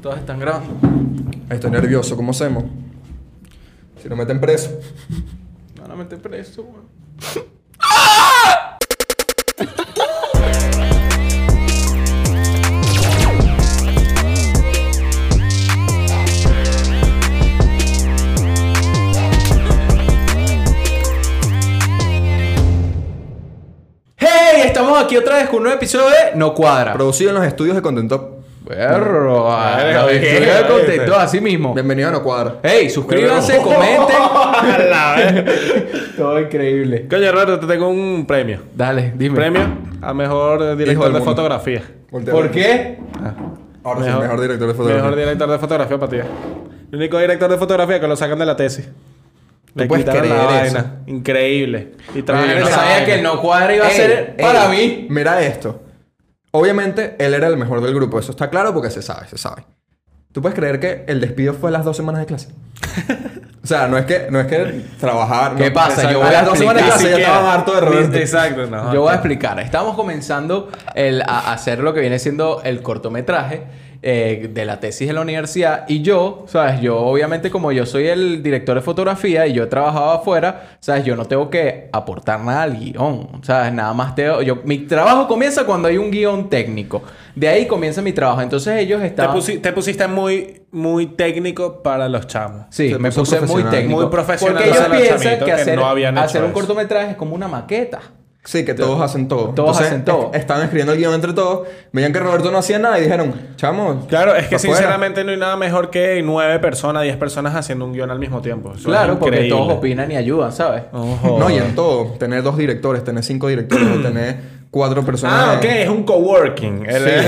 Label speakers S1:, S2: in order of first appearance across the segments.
S1: Todas están grabando.
S2: Estoy nervioso, ¿cómo hacemos? Si no meten preso.
S1: Van a meter preso, weón. ¡Hey! Estamos aquí otra vez con un nuevo episodio de No Cuadra.
S2: Producido en los estudios de Contentop.
S1: Perro,
S3: Verga,
S1: la victoria
S3: verga,
S1: de contento,
S3: viste.
S1: así mismo.
S2: Bienvenido a No Cuadra.
S1: Hey, suscríbanse, comenten. Todo increíble.
S3: Coño, Roberto, te tengo un premio.
S1: Dale, dime.
S3: Premio a mejor
S2: Hijo del
S3: director de
S2: mundo.
S3: fotografía.
S2: Voltea.
S1: ¿Por qué?
S2: Ahora sí, mejor director de fotografía.
S3: Mejor director de fotografía para ti. El único director de fotografía que lo sacan de la tesis. Le
S2: puedes
S3: quitaron la
S2: creer eso?
S3: vaina. Increíble. Y trabaja
S1: Yo
S3: en
S1: no
S3: esa
S1: sabía
S3: vaina.
S1: que el no cuadra iba a
S2: Ey,
S1: ser
S2: ey,
S1: para mí.
S2: Mira esto. Obviamente, él era el mejor del grupo. Eso está claro porque se sabe, se sabe. ¿Tú puedes creer que el despido fue a las dos semanas de clase? o sea, no es que, no es que trabajar...
S1: ¿Qué
S2: no,
S1: pasa? Yo
S2: a
S1: voy a
S2: las dos semanas de
S1: explicar.
S2: clase ya
S3: Siquiera.
S2: estaban harto de
S3: Ni-
S2: Roberto.
S3: Exacto, no.
S1: Yo voy a explicar. Estamos comenzando el, a hacer lo que viene siendo el cortometraje eh, de la tesis de la universidad. Y yo, ¿sabes? Yo, obviamente, como yo soy el director de fotografía y yo he trabajado afuera, ¿sabes? Yo no tengo que aportar nada al guión, ¿sabes? Nada más tengo... Yo, mi trabajo comienza cuando hay un guión técnico. De ahí comienza mi trabajo. Entonces ellos
S3: Te,
S1: estaban...
S3: pusi- te pusiste muy, muy técnico para los chamos.
S1: Sí,
S2: Se
S1: me
S2: puso
S1: puse muy
S2: profesional.
S1: técnico.
S3: Muy profesional
S1: Porque
S3: hacer
S1: ellos
S3: los
S1: piensan
S3: chamitos
S1: que
S3: que
S1: hacer,
S3: no habían hecho
S1: hacer un
S3: eso.
S1: cortometraje es como una maqueta.
S2: Sí, que todos hacen todo.
S1: Todos hacen todo.
S2: es- Estaban escribiendo el guión entre todos. Veían que Roberto no hacía nada y dijeron, chamo.
S3: Claro, es que
S2: pa' fuera".
S3: sinceramente no hay nada mejor que nueve personas, diez personas haciendo un guión al mismo tiempo. Eso
S1: claro,
S3: es
S1: porque
S3: increíble.
S1: todos opinan y ayudan, ¿sabes?
S3: Ojo.
S2: No, y en todo. Tener dos directores, tener cinco directores, o tener cuatro personas.
S3: Ah,
S2: en-
S3: ok, es un coworking. El- es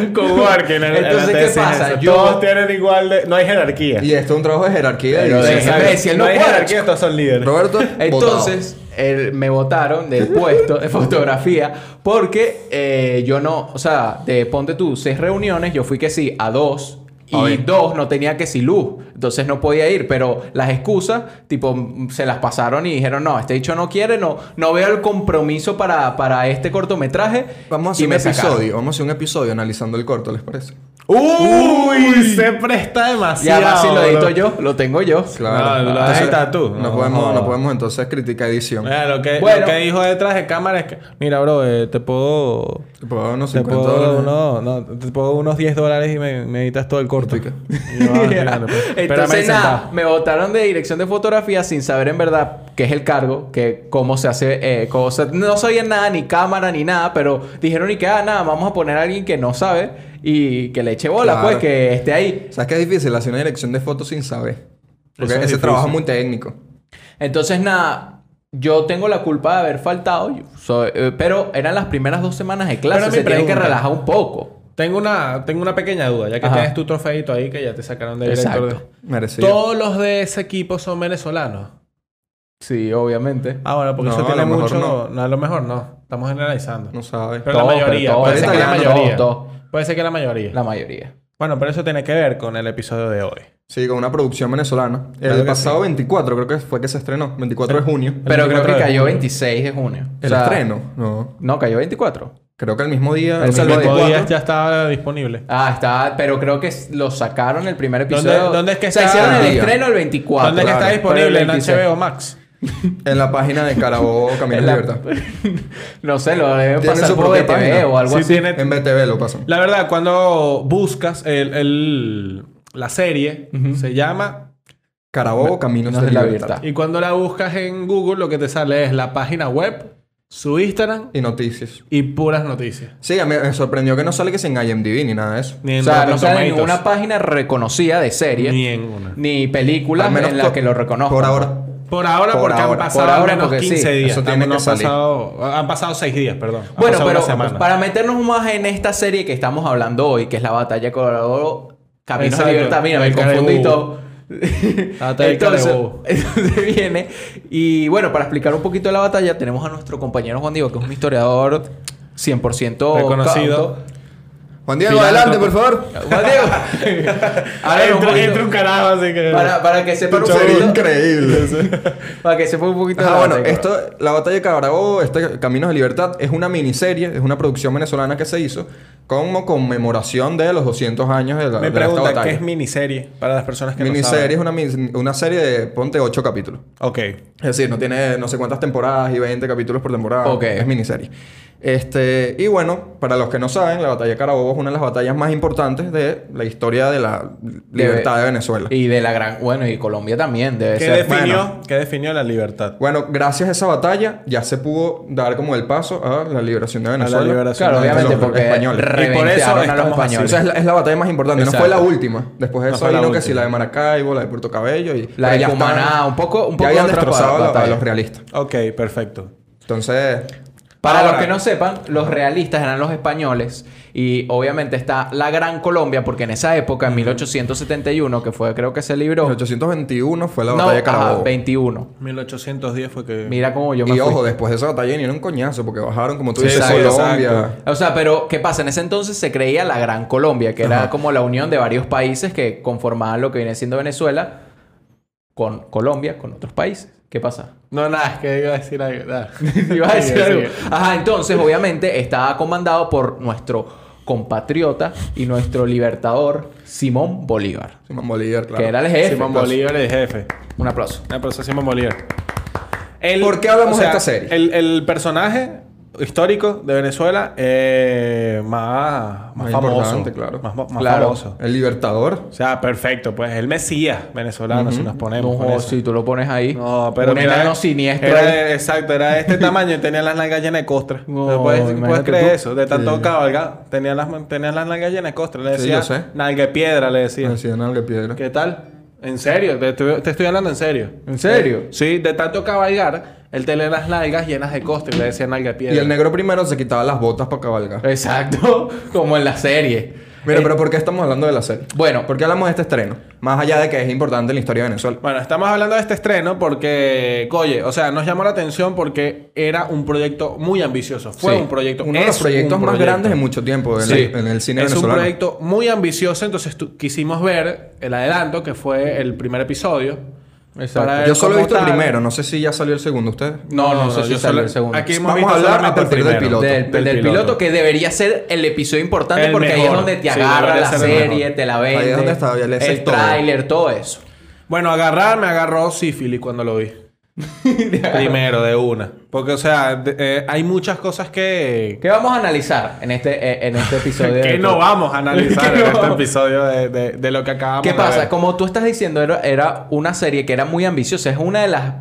S3: un coworking. en- en la
S1: Entonces, ¿qué
S3: tesis
S1: pasa?
S3: esa.
S1: Yo-
S3: Todos tienen igual de. No hay jerarquía.
S2: Y esto es un trabajo de jerarquía.
S1: Pero
S2: y
S1: de-
S2: dices,
S1: déjame decir, no
S3: hay
S1: cuadra,
S3: jerarquía,
S1: chico.
S3: todos son líderes.
S2: Roberto,
S1: Entonces, el- me votaron del puesto de fotografía porque eh, yo no, o sea, de ponte tú seis reuniones, yo fui que sí a dos. Y
S2: A ver.
S1: dos, no tenía que sí luz. Entonces no podía ir. Pero las excusas, tipo, mm, se las pasaron y dijeron, no, este dicho no quiere, no, no veo el compromiso para, para este cortometraje.
S2: votado. Vamos a
S1: Y
S2: hacer un
S1: me
S2: episodio.
S1: sacaron.
S2: Vamos a hacer un episodio analizando el corto, ¿les parece?
S3: Uy, se presta
S1: Y
S3: demasiado.
S1: ahora si lo edito
S3: bro.
S1: yo, lo tengo yo.
S3: No, lo
S2: Entonces,
S3: vas a editar Ah, tú.
S2: No,
S3: No,
S2: podemos,
S3: joda. Eh,
S2: no podemos entonces criticar edición.
S3: Mira, lo que,
S1: Bueno.
S3: lo que dijo detrás de cámara es que. Mira, bro, eh, te puedo.
S2: Te puedo dar unos
S3: Te
S2: 50
S3: puedo,
S2: dólares.
S3: no, no, te puedo unos 10 dólares y me, me editas todo el corto. Y yo, ah, claro, pues. Espérame
S1: Entonces, nada,
S3: sentado.
S1: me votaron de dirección de fotografía sin saber en verdad qué es el cargo, que cómo se hace, eh, cómo se- no sabían nada, ni cámara, ni nada, pero dijeron y que, ah, nada, vamos a poner a alguien que no sabe y que le eche bola,
S2: Claro.
S1: pues, que esté ahí.
S2: ¿Sabes qué es difícil? Hacer una dirección de fotos sin saber. Porque
S3: Eso es
S2: ese
S3: difícil.
S2: trabajo es muy técnico.
S1: Entonces, nada, yo tengo la culpa de haber faltado, yo soy- eh, pero eran las primeras dos semanas de clase,
S3: Pero mi
S1: se tienen que
S3: pregunta.
S1: relajar un poco.
S3: Tengo una, tengo una pequeña duda, ya que
S1: Ajá.
S3: tienes tu trofeito ahí que ya te sacaron de director.
S1: Exacto.
S3: de-
S2: Merecido.
S3: Todos los de ese equipo son venezolanos.
S1: Sí, obviamente.
S3: Ah, bueno, porque
S2: No,
S3: eso
S2: a
S3: tiene
S2: lo mejor
S3: mucho.
S2: no.
S3: No. a lo mejor no. Estamos generalizando.
S2: No sabes.
S3: Pero
S1: Todos,
S3: la mayoría.
S1: pero todos.
S3: puede ser que la
S2: Italianos,
S3: mayoría.
S1: todos,
S3: Puede ser que la mayoría.
S1: La mayoría.
S3: Bueno, pero eso tiene que ver con el episodio de hoy.
S2: Sí, con una producción venezolana.
S3: Claro
S2: el
S3: que
S2: pasado 24 creo que fue que se estrenó. 24 de junio.
S3: El
S1: Pero creo que
S3: 24 de
S1: cayó
S3: junio.
S1: 26 de junio. O
S2: ¿El
S1: sea,
S2: estreno? No.
S1: No, cayó 24.
S2: Creo que el mismo día.
S1: El
S2: o sea,
S1: mismo
S3: Todavía
S2: 24.
S3: ya estaba disponible.
S1: Ah, está, pero creo que s- lo sacaron el primer episodio.
S3: ¿Dónde- dónde es que
S1: O sea,
S3: está?
S1: hicieron el
S2: Día.
S1: estreno el 24.
S3: ¿Dónde es que
S2: claro.
S3: está disponible? En
S1: Pero el 26.
S3: HBO Max.
S2: En la página de Carabobo Camino
S1: En
S2: de
S1: la-
S2: Libertad.
S1: no sé, lo deben
S2: Tienen
S1: pasar
S2: su
S1: por
S2: propia
S1: BTV
S2: página.
S1: o algo
S3: Sí,
S1: así.
S3: tiene-
S2: En BTV lo pasan.
S3: La verdad, cuando buscas el, el- la serie, se llama.
S2: Carabobo Camino
S1: No
S2: de
S1: sé la
S2: Libertad.
S1: verdad.
S3: Y cuando la buscas en Google, lo que te sale es la página web, su Instagram
S2: Y noticias.
S3: y puras noticias.
S2: Sí, a mí me sorprendió que no sale que sin IMDb ni nada de eso.
S3: Ni
S1: O
S3: en
S1: sea, no
S3: Rotten
S1: sale
S3: Tomatoes.
S1: ninguna página reconocida de serie
S3: Ni
S1: ni,
S3: en una.
S1: película
S2: Al menos
S1: en la
S2: to-
S1: que lo reconozco.
S2: Por ahora.
S3: Por ahora,
S2: Por
S3: porque
S2: ahora,
S3: han pasado
S1: por ahora,
S3: menos
S1: porque sí,
S3: 15 días.
S2: eso
S3: Estamos-
S2: tiene que
S3: no han,
S2: salir.
S3: pasado, han pasado 6 días, perdón. Ha
S1: Bueno,
S3: pasado
S1: pero
S3: una semana.
S1: para meternos más en esta serie que estamos hablando hoy, que es la batalla de Colorado, Caminos
S3: Exacto.
S1: de Libertad, mira, me
S3: El Caribú.
S1: confundí todo.
S3: Batalla del
S1: entonces,
S3: Caribú.
S1: entonces viene. Y bueno, para explicar un poquito de la batalla, tenemos a nuestro compañero Juan Diego, que es un historiador 100%
S3: Reconocido.
S1: cauto.
S2: Juan Diego,
S1: Filántropo.
S2: adelante, por favor.
S1: Juan Diego. Ahora un
S3: entra,
S1: poquito.
S3: entra un carajo, así que.
S1: Para, para que sepa un
S2: Sería
S1: poquito.
S2: increíble.
S1: Para que sepa un poquito. de
S2: Ah,
S1: la
S2: bueno,
S1: batalla,
S2: esto, La Batalla de Carabobo, este Caminos de Libertad, es una miniserie, es una producción venezolana que se hizo como conmemoración de los 200 años de la de
S3: Me
S2: esta
S3: preguntan
S2: batalla.
S3: qué es miniserie para las personas que
S2: Miniserie es
S3: no
S2: una, min- una serie de, ponte, 8 capítulos.
S3: saben. Ok.
S2: Es decir, no tiene no sé cuántas temporadas y 20 capítulos por temporada.
S1: Ok.
S2: Es miniserie. Este, y bueno, para los que no saben, la batalla de Carabobo es una de las batallas más importantes de la historia de la libertad de Venezuela.
S1: Y de la gran. Bueno, y Colombia también debe
S3: ¿Qué
S1: ser.
S3: definió,
S2: bueno.
S3: ¿Qué definió la libertad?
S2: Bueno, gracias a esa batalla ya se pudo dar como el paso a la liberación de Venezuela.
S3: liberación.
S1: Claro, obviamente,
S2: Los
S1: porque.
S2: españoles. Y por
S1: reventaron
S3: eso
S1: a los
S3: estamos
S1: españoles.
S3: fáciles.
S2: O sea, es la, es la batalla más importante. No fue la
S1: Exacto.
S2: última. Después de
S3: No
S2: eso
S3: fue la
S2: vino que
S3: última.
S2: si la de Maracaibo, la de Puerto Cabello y...
S1: La
S2: pero
S1: de
S2: ya
S1: Cumaná,
S2: estaban-
S1: un poco- un poco
S2: Ya habían
S1: de otra
S2: destrozado a- a
S1: batalla.
S2: los realistas.
S3: Ok, perfecto.
S2: Entonces...
S1: Para
S3: Ahora-
S1: los que no sepan, los realistas eran los españoles y obviamente está la Gran Colombia porque en esa época, en 1871, que fue creo que se libró,
S2: En 821 fue la
S1: Oh. no,
S2: batalla de
S1: ajá,
S2: Carabobo.
S1: 21.
S3: 1810 fue que.
S1: Mira cómo yo me
S2: Y
S1: fui.
S2: ojo, después de esa batalla vinieron coñazo porque bajaron, como tú
S3: Sí,
S2: dices,
S3: exacto,
S2: Colombia.
S3: exacto.
S1: O sea, pero ¿qué pasa? En ese entonces se creía la Gran Colombia, que era como la unión de varios países que conformaban lo que viene siendo Venezuela con Colombia, con otros países. ¿Qué pasa?
S3: No, nada, es que iba a decir algo. nada.
S1: Iba a decir
S3: Sigue,
S1: algo.
S3: sigue.
S1: Ajá, entonces, obviamente, estaba comandado por nuestro compatriota y nuestro libertador, Simón Bolívar.
S2: Simón Bolívar, claro.
S1: Que era el jefe.
S3: Simón Bolívar es jefe.
S1: Un aplauso.
S3: La profesora Simón Bolívar. El-
S2: ¿Por qué hablamos de esta serie?
S3: El, el personaje histórico de Venezuela eh, más, más,
S2: Más
S3: famoso.
S2: importante, claro.
S3: Más, más
S1: Claro.
S3: famoso.
S2: El libertador.
S3: O sea, perfecto. Pues el Mesías venezolano, si nos ponemos. con
S1: No,
S3: eso.
S1: si tú lo pones ahí.
S3: No, pero
S1: Un
S3: mira,
S1: enano siniestro.
S3: Era,
S1: ahí.
S3: de- Exacto, era de este tamaño y tenía las nalgas llenas de costras.
S1: No,
S3: No, puedes, puedes
S1: imagínate
S3: creer
S1: tú.
S3: eso. De tanto
S2: Sí.
S3: cabalgar, tenía las, tenía las nalgas llenas de costras. Le
S2: Sí,
S3: decía,
S2: yo sé.
S3: nalga de piedra, le decía.
S2: Decían algo de piedra.
S3: ¿Qué tal? ¿En serio? Te estoy, te estoy hablando en serio. Eh,
S1: ¿En serio?
S3: Sí, de tanto cabalgar, él tenía las nalgas llenas de costras y le decía nalga de piedra.
S2: Y el negro primero se quitaba las botas para cabalgar.
S1: Exacto. Como en la serie.
S2: Mira,
S1: Eh,
S2: pero ¿por qué estamos hablando de la serie?
S1: Bueno,
S2: ¿Por qué hablamos de este estreno? Más allá de que es importante en la historia de Venezuela.
S3: Bueno, estamos hablando de este estreno porque, oye, o sea, nos llamó la atención porque era un proyecto muy ambicioso. Fue
S1: Sí.
S3: un proyecto.
S2: Uno de
S3: es
S2: los proyectos
S3: un
S2: más
S3: proyecto.
S2: grandes en mucho tiempo en,
S3: Sí.
S2: la- en el cine
S3: es
S2: venezolano.
S3: un proyecto muy ambicioso, entonces tu- quisimos ver el adelanto, que fue el primer episodio.
S1: Exacto.
S3: para ver
S2: Yo solo he
S3: cómo
S2: visto el
S3: eh, tal.
S2: primero, no sé si ya salió el segundo ustedes.
S1: no, no, sé si salió
S3: yo solo-
S1: el segundo.
S3: Aquí hemos
S2: Vamos
S3: visto
S2: a hablar
S3: solamente
S2: a
S3: el
S2: partir del
S3: primero.
S2: piloto.
S1: Del, del piloto. que debería ser el episodio importante
S3: El
S1: porque ahí es
S3: mejor.
S1: donde te
S3: Sí,
S1: agarra
S3: debería
S1: la
S3: ser el
S1: serie,
S3: mejor.
S1: te la
S2: Ahí es
S1: vende.
S2: donde está, ya le sé
S1: el
S2: todo.
S1: tráiler, todo eso.
S3: Bueno, agarrar me agarró sífilis cuando lo vi. Primero, de una. Porque, o sea, de- eh, hay muchas cosas que...
S1: ¿Qué vamos a analizar en este, eh, en este episodio?
S3: Que
S1: de-
S3: no vamos a analizar
S1: Que
S3: en
S1: no
S3: este
S1: vamos.
S3: episodio de, de- de lo que acabamos
S1: ¿Qué
S3: de ver.
S1: pasa? Como tú estás diciendo, era, era una serie que era muy ambiciosa. Es una de las...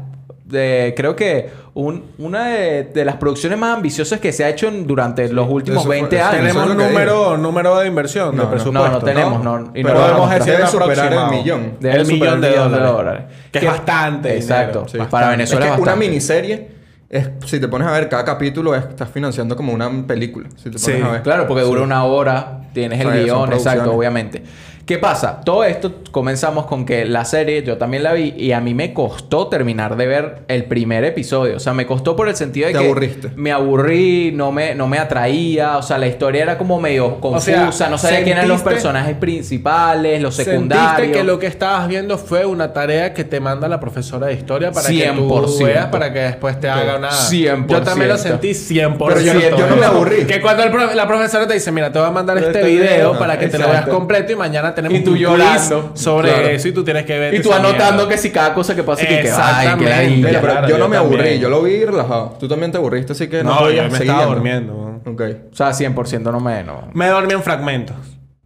S1: de- creo que un- una de, de las producciones más ambiciosas que se ha hecho en- durante los últimos
S2: eso fue-
S1: 20
S2: eso
S1: años.
S2: Eso
S3: Tenemos
S2: es lo que
S3: número, número de inversión,
S2: No,
S3: de
S2: no.
S3: presupuesto.
S1: No, no tenemos, no. Y
S3: Pero
S1: no lo
S3: podemos
S1: vamos a
S3: decir
S2: tratar.
S3: un
S2: Debe superar el
S3: aproximado.
S2: millón.
S1: Debe
S3: el
S1: superar
S3: millón de dólares. Que,
S1: Que-
S3: es bastante
S1: Exacto.
S3: dinero.
S1: Sí, para Venezuela
S2: es que
S1: es
S2: una
S1: bastante.
S2: miniserie, es, si te pones a ver cada capítulo, es- estás financiando como una película. Si te pones
S3: Sí,
S2: a ver.
S1: Ah, Claro, porque dura una hora, tienes el
S2: Son- son
S1: guión, exacto,
S2: producciones.
S1: obviamente. ¿Qué pasa? Todo esto comenzamos con que la serie, yo también la vi, y a mí me costó terminar de ver el primer episodio. O sea, me costó por el sentido de
S2: Te
S1: que.
S2: aburriste.
S1: Me aburrí, no me, no me atraía. O sea, la historia era como medio confusa.
S3: sea,
S1: no sabía quién eran los
S3: sentiste-
S1: personajes principales, los
S3: Sentiste
S1: secundarios.
S3: que lo que estabas viendo fue una tarea que te manda la profesora de historia para que tú
S1: 100%.
S3: veas, para que después te haga una...
S1: 100%.
S3: Yo también lo sentí 100%.
S2: Pero yo no- yo no me aburrí.
S3: Que cuando el profe- la profesora te dice, mira, te voy a mandar este,
S1: Este
S3: video
S1: video,
S3: para que te lo veas
S1: exacto.
S3: completo y mañana tenemos
S1: Y tú
S3: un quiz
S1: llorando.
S3: sobre
S2: Claro.
S3: eso y tú tienes que ver
S1: y tú anotando que si cada cosa que pasa, y que, que ay, que
S3: Exactamente.
S1: ladilla.
S2: Mira, pero
S3: Claro,
S2: yo no
S3: yo
S2: me aburrí,
S3: también.
S2: yo lo vi relajado. Tú también te aburriste, así que
S3: No, yo
S2: podías
S3: me
S2: seguir
S3: estaba
S2: viendo.
S3: durmiendo.
S2: Ok.
S1: O sea, 100% no me. no.
S3: Me dormí en fragmentos.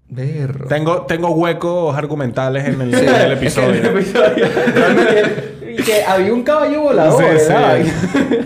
S2: Ver.
S3: Tengo, tengo huecos argumentales en el, en el episodio.
S1: Realmente, que había un caballo volador,
S3: Sí, sí.
S1: ¿verdad?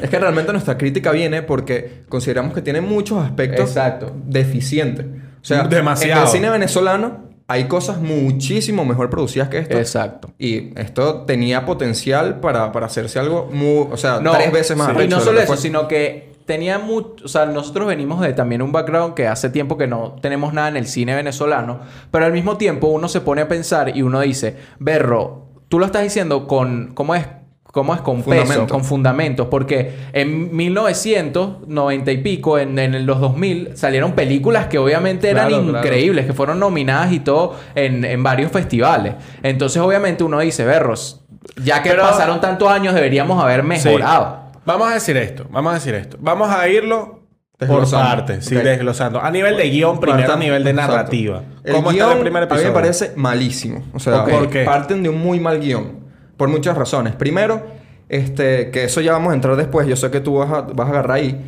S2: es que realmente nuestra crítica viene porque consideramos que tiene muchos aspectos
S1: Exacto.
S2: deficientes. O sea,
S3: Demasiado.
S2: en el cine venezolano hay cosas muchísimo mejor producidas que esto.
S1: Exacto.
S2: Y esto tenía potencial para, para hacerse algo muy... O sea, tres veces más.
S1: sí.
S2: arrecho
S1: Y no
S2: de lo
S1: solo
S2: que
S1: eso,
S2: fue.
S1: sino que tenía mucho... O sea, nosotros venimos de también un background que hace tiempo que no tenemos nada en el cine venezolano. Pero al mismo tiempo uno se pone a pensar y uno dice... Berro, tú lo estás diciendo con... ¿Cómo es? ¿Cómo es? Con peso,
S2: Fundamento.
S1: con fundamentos. Porque en 1990 y pico, en, en los 2000, salieron películas que obviamente eran
S3: Claro, claro.
S1: increíbles, que fueron nominadas y todo en, en varios festivales. Entonces, obviamente, uno dice, berros, ya que
S3: Pero-
S1: pasaron tantos años, deberíamos haber
S3: Sí.
S1: mejorado.
S3: Vamos a decir esto, vamos a decir esto. Vamos a irlo por
S2: Desglosando.
S3: partes, sí,
S2: Ok.
S3: desglosando. A nivel de guión primero, a nivel de narrativa.
S2: El
S3: ¿Cómo
S2: guión,
S3: está el primer episodio?
S2: A mí me parece malísimo. O sea,
S3: Ok. ¿Por qué?
S2: parten de un muy mal guión. Por muchas razones. Primero, este, que eso ya vamos a entrar después. Yo sé que tú vas a, vas a agarrar ahí.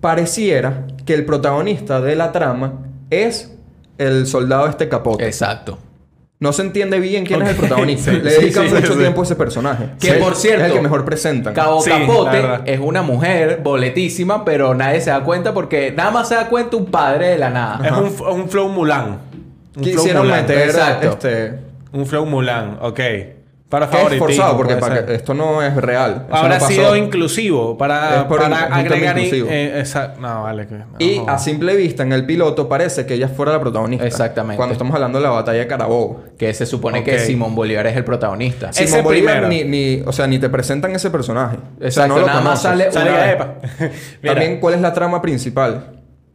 S2: Pareciera que el protagonista de la trama es el soldado este capote.
S1: Exacto.
S2: No se entiende bien quién es el
S3: Ok.
S2: protagonista.
S3: Sí,
S2: Le
S3: sí,
S2: dedican
S3: sí,
S2: mucho
S3: sí.
S2: tiempo a ese personaje.
S1: Que, por cierto,
S2: Es el que mejor presentan.
S1: Cabo
S3: Sí,
S1: Capote
S3: la verdad.
S1: es una mujer boletísima, pero nadie se da cuenta porque nada más se da cuenta un padre de la nada.
S3: Es un, f- un flow Mulan. Un flow
S2: Quisieron
S3: Mulan.
S2: meter
S1: exacto.
S2: este.
S3: Un flow Mulan, ok. Para
S2: Que es
S3: favoritismo.
S2: forzado porque
S3: puede
S2: para
S3: ser.
S2: que- esto no es real. Eso
S3: Habrá
S2: no pasó.
S3: sido inclusivo para,
S2: Es por
S3: para
S2: un- un tema
S3: agregar... in-
S2: inclusivo.
S3: eh, esa- no, vale. que- no,
S2: Y
S3: joder.
S2: a simple vista, en el piloto parece que ella fuera la protagonista.
S1: Exactamente.
S2: Cuando estamos hablando de la batalla de Carabobo.
S1: Que se supone
S3: Ok.
S1: que Simón Bolívar es el protagonista.
S3: Sí, Ese
S2: Simón Bolívar
S3: primero.
S2: ni, ni- o sea, ni te presentan ese personaje. O sea,
S1: Exacto,
S2: no lo
S1: nada más sale-
S2: conoces.
S3: Sale
S1: una
S3: la
S1: vez.
S3: epa. Mira,
S2: También, ¿cuál es la trama principal?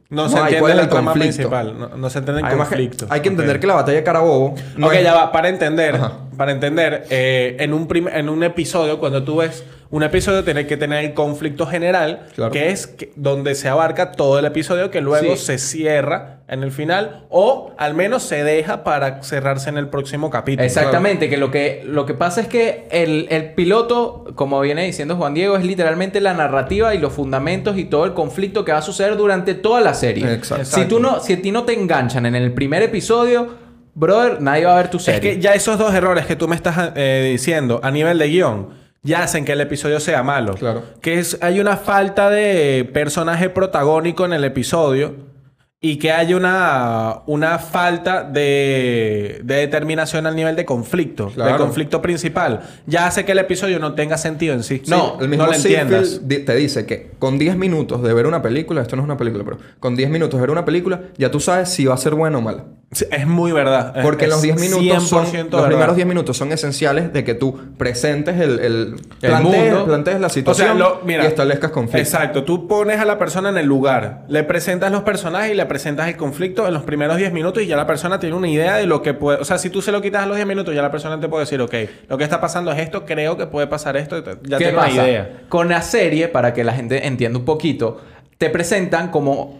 S3: no se
S2: hay-
S3: entiende
S2: ¿cuál es
S3: la
S2: el
S3: trama
S2: conflicto?
S3: principal. No, no se entiende el
S2: Además que
S3: conflicto.
S2: hay que entender
S3: Ok.
S2: que la batalla de Carabobo. no
S3: ok,
S2: es-
S3: ya va. Para entender,
S2: Ajá.
S3: para entender, eh, en, un prim- en un episodio, cuando tú ves un episodio, tienes que tener el conflicto general,
S2: Claro.
S3: que es que- donde se abarca todo el episodio, que luego
S1: Sí.
S3: se cierra en el final, o al menos se deja para cerrarse en el próximo capítulo.
S1: Exactamente, que lo que lo que pasa es que el, el piloto, como viene diciendo Juan Diego, es literalmente la narrativa y los fundamentos y todo el conflicto que va a suceder durante toda la serie.
S2: Exacto.
S1: Si tú no, si a ti no te enganchan en el primer episodio, brother, nadie va a ver tu
S3: Es
S1: serie.
S3: que ya esos dos errores que tú me estás eh, diciendo a nivel de guión ya hacen que el episodio sea malo.
S2: Claro.
S3: Que es, hay una falta de personaje protagónico en el episodio y que hay una, una falta de, de determinación al nivel de conflicto,
S2: Claro.
S3: del conflicto principal. Ya hace que el episodio no tenga sentido en sí.
S2: Sí, el mismo
S3: no lo
S2: Seinfeld
S3: entiendas.
S2: di- te dice que con 10 minutos de ver una película, esto no es una película, pero con 10 minutos de ver una película, ya tú sabes si va a ser buena o mala.
S3: Sí, Es muy verdad. Es-
S2: Porque
S3: es
S2: los 10 minutos son,
S3: 100%
S2: los
S3: verdad.
S2: primeros 10 minutos son esenciales de que tú presentes el, el, plantees,
S1: mundo.
S2: plantees la
S3: O
S2: situación
S3: sea, lo- mira,
S2: y establezcas conflicto.
S3: Exacto, tú pones a la persona en el lugar, le presentas los personajes y le presentas el conflicto en los primeros 10 minutos y ya la persona tiene una idea de lo que puede. O sea, si tú se lo quitas a los 10 minutos, ya la persona te puede decir, ok, lo que está pasando es esto, creo que puede pasar esto, y te- ya
S1: ¿Qué
S3: tiene
S1: pasa?
S3: una idea.
S1: Con la serie, para que la gente entienda un poquito, te presentan como,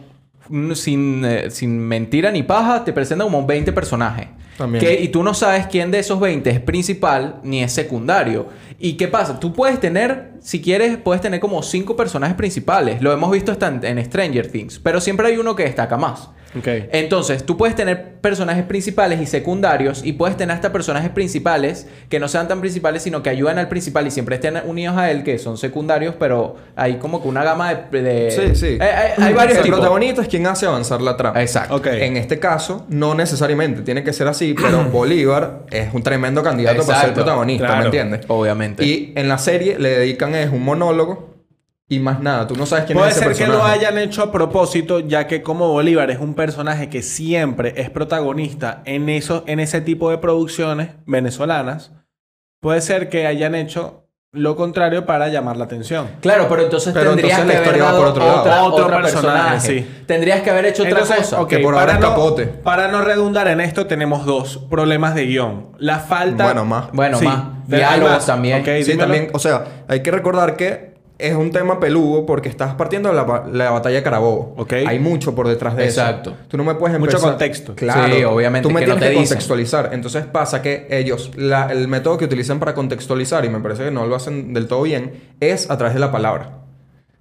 S1: mm, sin, eh, sin mentira ni paja, te presentan como 20 personajes.
S2: También.
S1: Que- y tú no sabes quién de esos 20 es principal ni es secundario. ¿Y qué pasa? Tú puedes tener, si quieres, puedes tener como 5 personajes principales. Lo hemos visto hasta en, en Stranger Things. Pero siempre hay uno que destaca más.
S3: Ok.
S1: Entonces, tú puedes tener personajes principales y secundarios y puedes tener hasta personajes principales que no sean tan principales, sino que ayudan al principal y siempre estén unidos a él, que son secundarios, pero hay como que una gama de... de-
S2: Sí, sí.
S1: Eh, Hay, hay varios
S2: El
S1: tipos.
S2: protagonista es quien hace avanzar la trama.
S1: Exacto.
S3: Ok.
S2: En este caso, no necesariamente tiene que ser así, pero Bolívar es un tremendo candidato para ser
S1: Exacto.
S2: protagonista,
S3: Claro.
S2: ¿me entiendes?
S1: Obviamente.
S2: Y en la serie le dedican es un monólogo y más nada. Tú no sabes quién
S3: Puede
S2: es ese
S3: ser
S2: personaje.
S3: que lo hayan hecho a propósito, ya que como Bolívar es un personaje que siempre es protagonista en, esos, en ese tipo de producciones venezolanas, puede ser que hayan hecho lo contrario para llamar la atención.
S1: Claro, pero entonces
S2: Pero
S1: tendrías
S2: entonces la
S1: que haber
S2: historia va
S1: dado
S2: por otro lado.
S1: otra,
S3: Otro
S1: otro
S3: personaje,
S1: personaje.
S3: sí.
S1: Tendrías que haber hecho otra
S3: Entonces,
S1: cosa.
S3: ok,
S2: Que por ahora
S3: para
S2: es
S3: no-
S2: capote.
S3: Para no redundar en esto, tenemos dos problemas de guión. La falta...
S2: Bueno, más.
S1: Bueno, más.
S3: de- hay
S1: Diálogos
S3: más.
S1: también.
S3: Ok,
S1: Sí,
S2: Sí,
S3: dímelo.
S2: también, o sea, hay que recordar que es un tema peludo porque estás partiendo de la, ba- la batalla de Carabobo.
S3: Ok.
S2: Hay mucho por detrás de eso.
S1: Exacto.
S2: Tú no me puedes
S3: Mucho
S2: empezar...
S3: contexto.
S2: Claro.
S1: Sí, obviamente
S2: Tú me
S1: que no
S2: tienes
S1: te
S2: que
S1: dicen.
S2: contextualizar. Entonces pasa que ellos... la- el método que utilizan para contextualizar, y me parece que no lo hacen del todo bien, es a través de la palabra.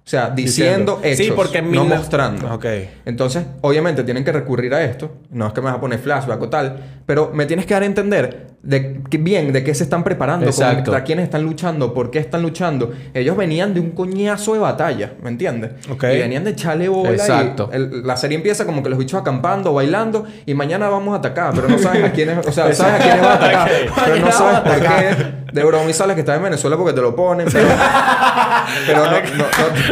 S2: O sea, diciendo,
S3: Diciendo. Sí,
S2: hechos,
S3: porque en
S2: no
S3: mil-
S2: mostrando.
S3: Ok.
S2: Entonces, obviamente tienen que recurrir a esto. No es que me vas a poner flashback o tal, pero me tienes que dar a entender de que- bien de qué se están preparando, con-
S1: Exacto.
S2: contra quiénes están luchando, por qué están luchando. Ellos venían de un coñazo de batalla, ¿me entiendes?
S3: Ok.
S2: Y venían de chale bola. y
S1: Exacto.
S2: el- la serie empieza como que los bichos acampando, bailando, y mañana vamos a atacar, pero no saben a quiénes, o sea, sabes a quiénes van a atacar,
S3: Ok.
S2: pero no
S1: Mañana
S2: sabes
S1: vamos a
S2: por qué. De broma sales que estás en Venezuela porque te lo ponen, pero, pero no- no,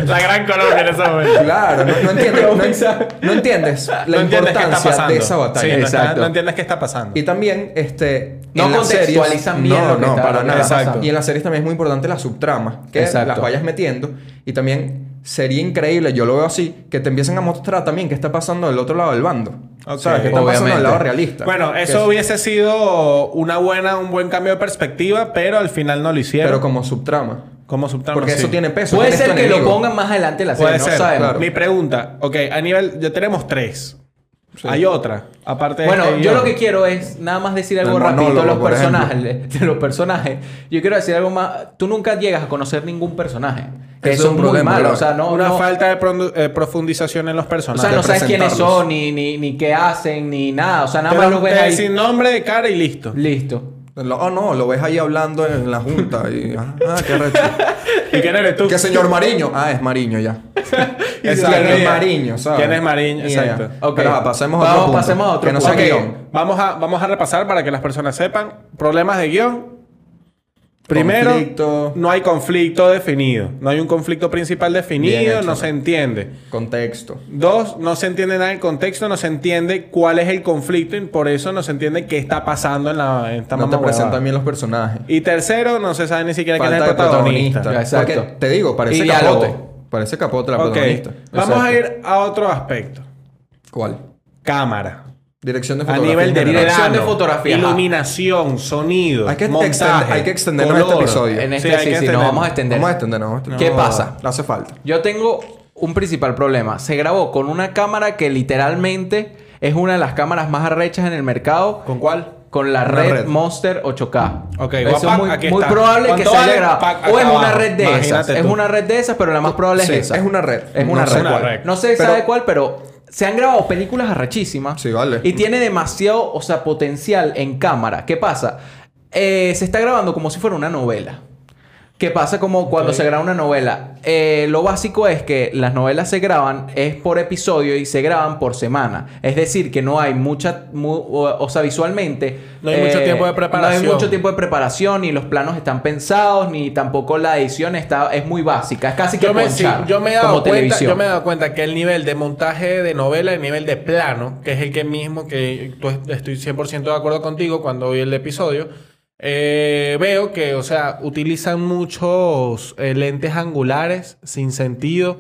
S2: no,
S3: La gran Colombia en ese momento.
S2: Claro, no, no entiendes, no, no entiendes la
S3: No entiendes qué está
S2: importancia
S3: pasando.
S2: de esa
S3: Sí,
S2: batalla.
S3: no está-
S1: Exacto.
S3: No entiendes qué está pasando.
S2: Y también, este,
S1: No
S2: en las series-
S1: contextualizan bien
S2: No,
S1: lo que
S2: no,
S1: está-
S2: para
S1: lo que
S2: nada.
S1: está
S2: Exacto.
S1: pasando.
S2: Y en las series también es muy importante las subtramas, que
S1: Exacto.
S2: las vayas metiendo. Y también sería increíble, yo lo veo así, que te empiecen a mostrar también qué está pasando del otro lado del bando. O sea,
S3: Sí,
S2: qué está pasando
S1: obviamente.
S2: del lado realista.
S3: Bueno,
S2: Que
S3: eso hubiese sido una buena, un buen cambio de perspectiva, pero al final no lo hicieron.
S2: Pero como subtrama.
S3: como subtrama,
S2: Porque
S3: sí.
S2: eso tiene peso.
S1: Puede
S2: ¿quién es
S1: ser
S2: tu
S1: que lo
S2: enemigo?
S1: pongan más adelante en la serie,
S3: Puede
S1: no
S3: ser.
S1: sabemos.
S2: claro.
S3: Mi pregunta, ok, a nivel, ya tenemos tres. Hay otra, aparte de
S1: Bueno,
S3: este
S1: yo
S3: guión.
S1: lo que quiero es nada más decir algo
S2: Del
S1: rapidito de los
S2: monólogo, por
S1: personajes, de los personajes. Yo quiero decir algo más. Tú nunca llegas a conocer ningún personaje. Que eso
S2: Eso es un
S1: es muy
S2: problema,
S1: malo.
S2: bro.
S1: O sea, no,
S3: Una
S1: no-
S3: falta de produ- eh, profundización en los
S1: o
S3: personajes.
S1: sea, no sabes quiénes
S2: presentarlos.
S1: son, ni, ni, ni qué hacen, ni nada. O sea, nada
S3: Te
S1: más
S3: lo-
S1: los ves
S3: te
S1: ahí.
S3: Sin nombre, de cara y listo.
S1: Listo.
S2: Lo- oh, no, lo ves ahí hablando en la junta. Y, ah, qué recho.
S3: ¿Y quién eres tú?
S2: ¿Qué señor Mariño? Ah, es Mariño ya.
S3: Exacto.
S2: ¿Quién es Mariño? ¿sabes?
S3: ¿Quién es Mariño?
S2: Ni idea.
S3: Exacto.
S1: Ok.
S2: Pero ah, pasemos a otro
S1: Vamos-
S2: punto.
S1: pasemos a otro
S2: Que no sea
S1: punto.
S3: Ok,
S2: guión.
S3: Vamos a, vamos a repasar para que las personas sepan. Problemas de guión. Primero,
S2: Conflicto.
S3: no hay conflicto definido. No hay un conflicto principal
S2: Bien
S3: definido,
S2: hecho,
S3: no
S2: man.
S3: se entiende.
S2: Contexto.
S3: Dos, no se entiende nada del contexto, no se entiende cuál es el conflicto y por eso no se entiende qué está pasando en, la, en esta
S2: no te
S3: mamahuevada.
S2: presentan bien los personajes.
S3: Y tercero, no se sabe ni siquiera quién es
S2: Falta
S3: el
S2: de
S3: protagonista.
S2: protagonista.
S1: Exacto.
S2: Porque, te digo, parece
S1: Y
S2: capote.
S1: diálogo.
S2: Parece capote la
S3: Ok,
S2: protagonista.
S3: vamos
S2: Exacto.
S3: a ir a otro aspecto.
S2: ¿Cuál?
S3: Cámara.
S2: Dirección de
S3: A
S2: fotografía.
S3: nivel de
S2: en general.
S1: Dirección
S3: plano,
S1: de fotografía, ajá.
S3: iluminación, sonido,
S2: Hay que
S3: montaje,
S2: extender- hay que extendernos
S3: color.
S2: este episodio.
S1: En este
S3: Sí, hay
S1: sí,
S3: que
S1: sí,
S3: extender.
S1: no, vamos a extender.
S2: Vamos a extender, no, vamos a extender.
S1: ¿Qué pasa?
S2: No hace falta.
S1: Yo tengo un principal problema. Se grabó con una cámara que literalmente es una de las cámaras más arrechas en el mercado.
S3: ¿Con cuál?
S1: Con la
S2: Una
S1: red,
S2: red.
S1: Monster 8K.
S3: Ok,
S1: Eso
S3: guapac,
S1: es muy,
S3: aquí
S1: muy
S3: está.
S1: probable que
S3: ¿Cuánto
S1: se haya
S3: vale?
S1: grabado.
S3: Pac,
S1: o es
S3: acá
S1: una
S3: abajo.
S1: red de
S3: Imagínate
S1: esas. Es
S3: tú.
S1: una red de esas, pero la más probable
S2: Sí,
S1: es esa.
S2: es una red.
S1: Es
S2: No
S1: una
S2: sé
S1: red.
S2: cuál.
S1: No sé
S2: Pero-
S1: sabe cuál, pero se han grabado películas arrechísimas.
S2: Sí, vale.
S1: Y tiene demasiado, o sea, potencial en cámara. ¿Qué pasa? Eh, se está grabando como si fuera una novela. ¿Qué pasa como cuando se graba una novela? Eh, lo básico es que las novelas se graban es por episodio y se graban por semana. Es decir, que no hay mucha... mu- o, o sea, visualmente... eh,
S3: No hay mucho tiempo de preparación.
S1: No hay mucho tiempo de preparación, ni los planos están pensados, ni tampoco la edición está... Es muy básica. Es casi que
S4: Yo me, sí,
S1: ponchar,
S4: yo me he dado
S1: como
S4: cuenta,
S1: televisión.
S4: yo me he dado cuenta que el nivel de montaje de novela, el nivel de plano, que es el que mismo que tú- estoy 100% de acuerdo contigo cuando vi el episodio, eh, veo que, o sea, utilizan muchos eh, lentes angulares sin sentido.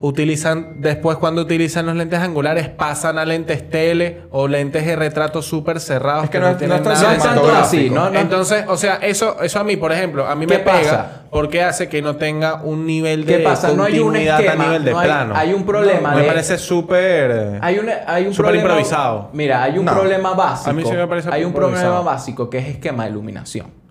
S4: Utilizan, después cuando utilizan los lentes angulares, pasan a lentes tele o lentes de retrato súper cerrados.
S2: Es que no es- no es tan
S1: No
S4: nada
S1: es tanto
S2: cinematográfico.
S1: así, no, no,
S4: entonces, o sea, eso, eso a mí, por ejemplo, a mí
S1: ¿Qué
S4: me pega
S1: pasa?
S4: porque hace que no tenga un nivel de
S1: ¿Qué pasa? No hay un
S4: continuidad
S1: esquema.
S4: a nivel de
S1: no hay,
S4: plano.
S1: hay un problema
S3: Me
S1: de-
S3: parece súper... eh,
S1: Hay un, hay un
S3: Súper
S1: problema...
S3: improvisado.
S1: Mira, hay un
S2: No.
S1: problema básico.
S3: A mí sí me parece
S1: Hay un
S3: improvisado.
S1: problema básico que es esquema de iluminación.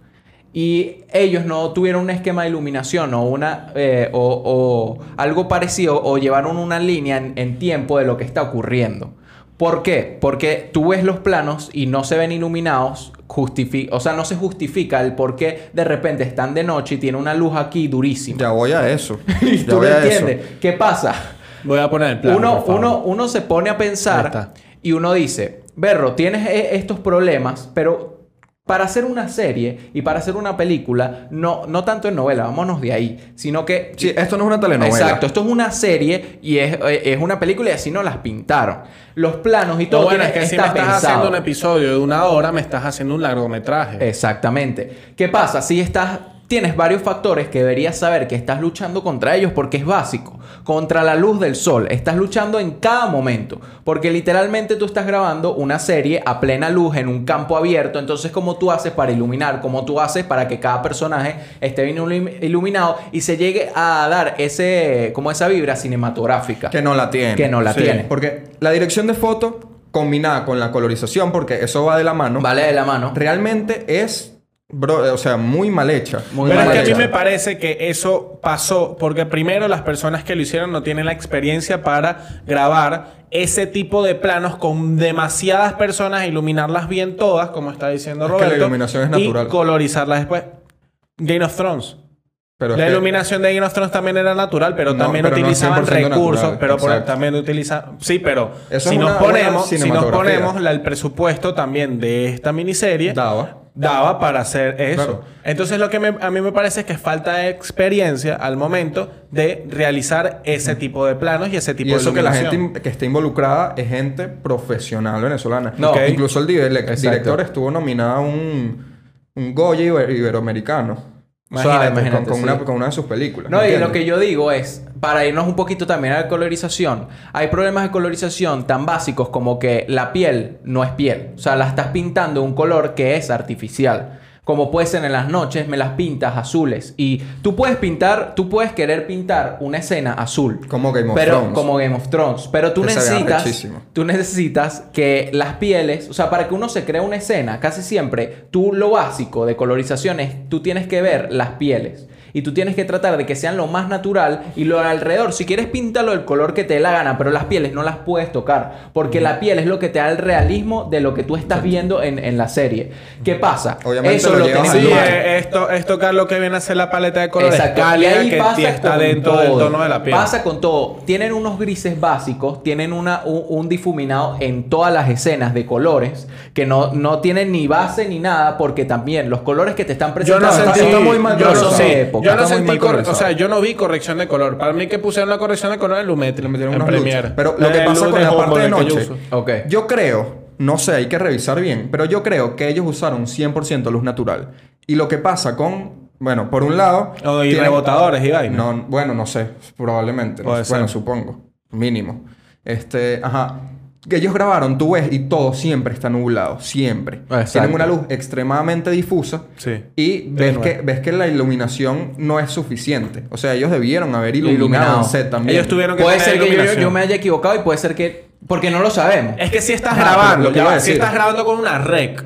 S1: Y ellos no tuvieron un esquema de iluminación o una eh, o, o algo parecido o llevaron una línea en, en tiempo de lo que está ocurriendo. ¿Por qué? Porque tú ves los planos y no se ven iluminados, justifi o sea, no se justifica el por qué de repente están de noche y tiene una luz aquí durísima.
S2: Ya voy a eso.
S1: y
S2: ya
S1: tú
S2: voy
S1: no
S2: a eso.
S1: entiendes. ¿Qué pasa?
S4: Voy a poner el plano.
S1: uno,
S4: por favor.
S1: uno, uno se pone a
S4: Ahí
S1: pensar
S4: está.
S1: y uno dice, Berro, tienes e- estos problemas, pero para hacer una serie y para hacer una película, no, no tanto en novela, vámonos de ahí, sino que...
S2: Sí, esto no es una telenovela.
S1: Exacto, esto es una serie y es, eh, es una película y así nos las pintaron. Los planos y
S4: Lo
S1: todo
S4: bueno es
S1: tiene-
S4: que si me
S1: está
S4: estás
S1: pensado.
S4: haciendo un episodio de una hora, me estás haciendo un largometraje.
S1: Exactamente. ¿Qué pasa? Si estás, tienes varios factores que deberías saber que estás luchando contra ellos porque es básico. Contra la luz del sol. Estás luchando en cada momento. Porque literalmente tú estás grabando una serie a plena luz en un campo abierto. Entonces, ¿cómo tú haces para iluminar? ¿Cómo tú haces para que cada personaje esté bien ilum- iluminado y se llegue a dar ese, como esa vibra cinematográfica?
S2: Que no la tiene.
S1: Que no la tiene.
S2: Porque la dirección de foto combinada con la colorización, porque eso va de la mano,
S1: Vale de la mano.
S2: realmente es, bro, eh, o sea, muy mal hecha.
S1: Muy
S3: Pero es
S1: mal
S3: que a mí
S1: hecho.
S3: me parece que eso pasó porque primero las personas que lo hicieron no tienen la experiencia para grabar ese tipo de planos con demasiadas personas, iluminarlas bien todas, como está diciendo
S2: Es que la
S3: Roberto,
S2: iluminación es natural.
S3: y colorizarlas después. Game of Thrones.
S2: Pero es
S3: La
S2: que-
S3: iluminación de Game of Thrones también era natural, pero
S2: No,
S3: también
S2: pero no es
S3: utilizaban
S2: 100%
S3: recursos,
S2: natural,
S3: pero por-
S2: exacto.
S3: también utilizaban... Sí, pero
S2: Eso
S3: si
S2: es
S3: nos,
S2: una buena
S3: ponemos, si nos
S2: cinematografía.
S3: ponemos la- el presupuesto también de esta miniserie,
S2: Daba.
S3: daba para hacer eso.
S2: Claro.
S3: Entonces lo que me- a mí me parece es que falta de experiencia al momento de realizar ese tipo de planos y ese tipo
S2: Y
S3: de
S2: eso que la gente
S3: iluminación.
S2: in- que está involucrada es gente profesional venezolana.
S1: No.
S2: Ok. Incluso el, di- el ex
S1: Exacto.
S2: director estuvo nominado a un, un Goya iber- iberoamericano.
S1: O sea,
S2: Imagínate,
S1: imagínate,
S2: con, con
S1: sí.
S2: una, con una de sus películas.
S1: No, y
S2: ¿entiendes?
S1: lo que yo digo es, para irnos un poquito también a la colorización, hay problemas de colorización tan básicos como que la piel no es piel. O sea, la estás pintando un color que es artificial. Como puede ser en las noches, me las pintas azules. Y tú puedes pintar, tú puedes querer pintar una escena azul.
S2: Como Game of
S1: pero,
S2: Thrones.
S1: Como Game of Thrones. Pero tú
S2: Que se vea
S1: necesitas.
S2: rechísimo.
S1: Tú necesitas que las pieles, o sea, para que uno se cree una escena, casi siempre, tú lo básico de colorización es, tú tienes que ver las pieles. Y tú tienes que tratar de que sean lo más natural y lo de alrededor. Si quieres, píntalo el color que te dé la gana, pero las pieles no las puedes tocar. Porque la piel es lo que te da el realismo de lo que tú estás viendo en, en la serie. ¿Qué pasa?
S2: Obviamente
S1: Eso
S2: lo
S1: lo
S2: llevas
S1: tienes
S2: al
S1: que
S3: Sí,
S2: lugar.
S1: tomar.
S3: eh, esto, esto Carlos que viene a ser la paleta de colores
S1: Exacto.
S3: cálida
S1: y ahí
S3: que
S1: pasa
S3: está
S1: con
S3: dentro
S1: todo.
S3: del tono de la piel.
S1: Pasa con todo. Tienen unos grises básicos, tienen una, un, un difuminado en todas las escenas de colores que no, no tienen ni base ni nada porque también los colores que te están
S3: Yo
S1: presentando
S3: no
S1: están-
S3: sentí,
S2: está muy mal
S3: yo no,
S1: son
S2: colorizado.
S3: sí,
S1: de época.
S3: yo no
S2: Está muy
S3: sentí,
S2: mal
S3: cor-
S2: colorizado.
S3: o sea, yo no vi corrección de color. Para mí que pusieron la corrección de color en Lumet,
S2: Le metieron unas
S3: en
S2: luces.
S3: Premiere.
S2: Pero lo que
S3: Eh,
S2: pasa
S3: luz
S2: con la
S3: Humboldt
S2: parte de
S3: que yo
S2: noche,
S3: uso.
S1: Ok.
S2: yo creo, no sé, hay que revisar bien, pero yo creo que ellos usaron 100% luz natural. Y lo que pasa con, bueno, por un lado...
S3: Oh, y
S2: tienen-
S3: rebotadores y vaina.
S2: No, bueno, no sé, probablemente. no
S3: Puede
S2: sé, bueno,
S3: ser.
S2: supongo, mínimo. Este, ajá. Que ellos grabaron, tú ves, y todo siempre está nublado, siempre.
S1: Exacto.
S2: Tienen una luz extremadamente difusa.
S3: Sí.
S2: Y ves
S3: nuevo.
S2: que, ves que la iluminación no es suficiente. O sea, ellos debieron haber iluminado,
S1: Iluminado.
S2: el set también.
S3: Ellos tuvieron que
S1: Puede
S3: poner
S1: ser que yo,
S3: iluminación.
S1: yo me haya equivocado y puede ser que... Porque no lo sabemos.
S3: Es que si estás
S2: Ajá,
S3: grabando,
S2: lo que
S3: ya
S2: iba a
S3: va, si
S2: decir.
S3: estás grabando con una rec,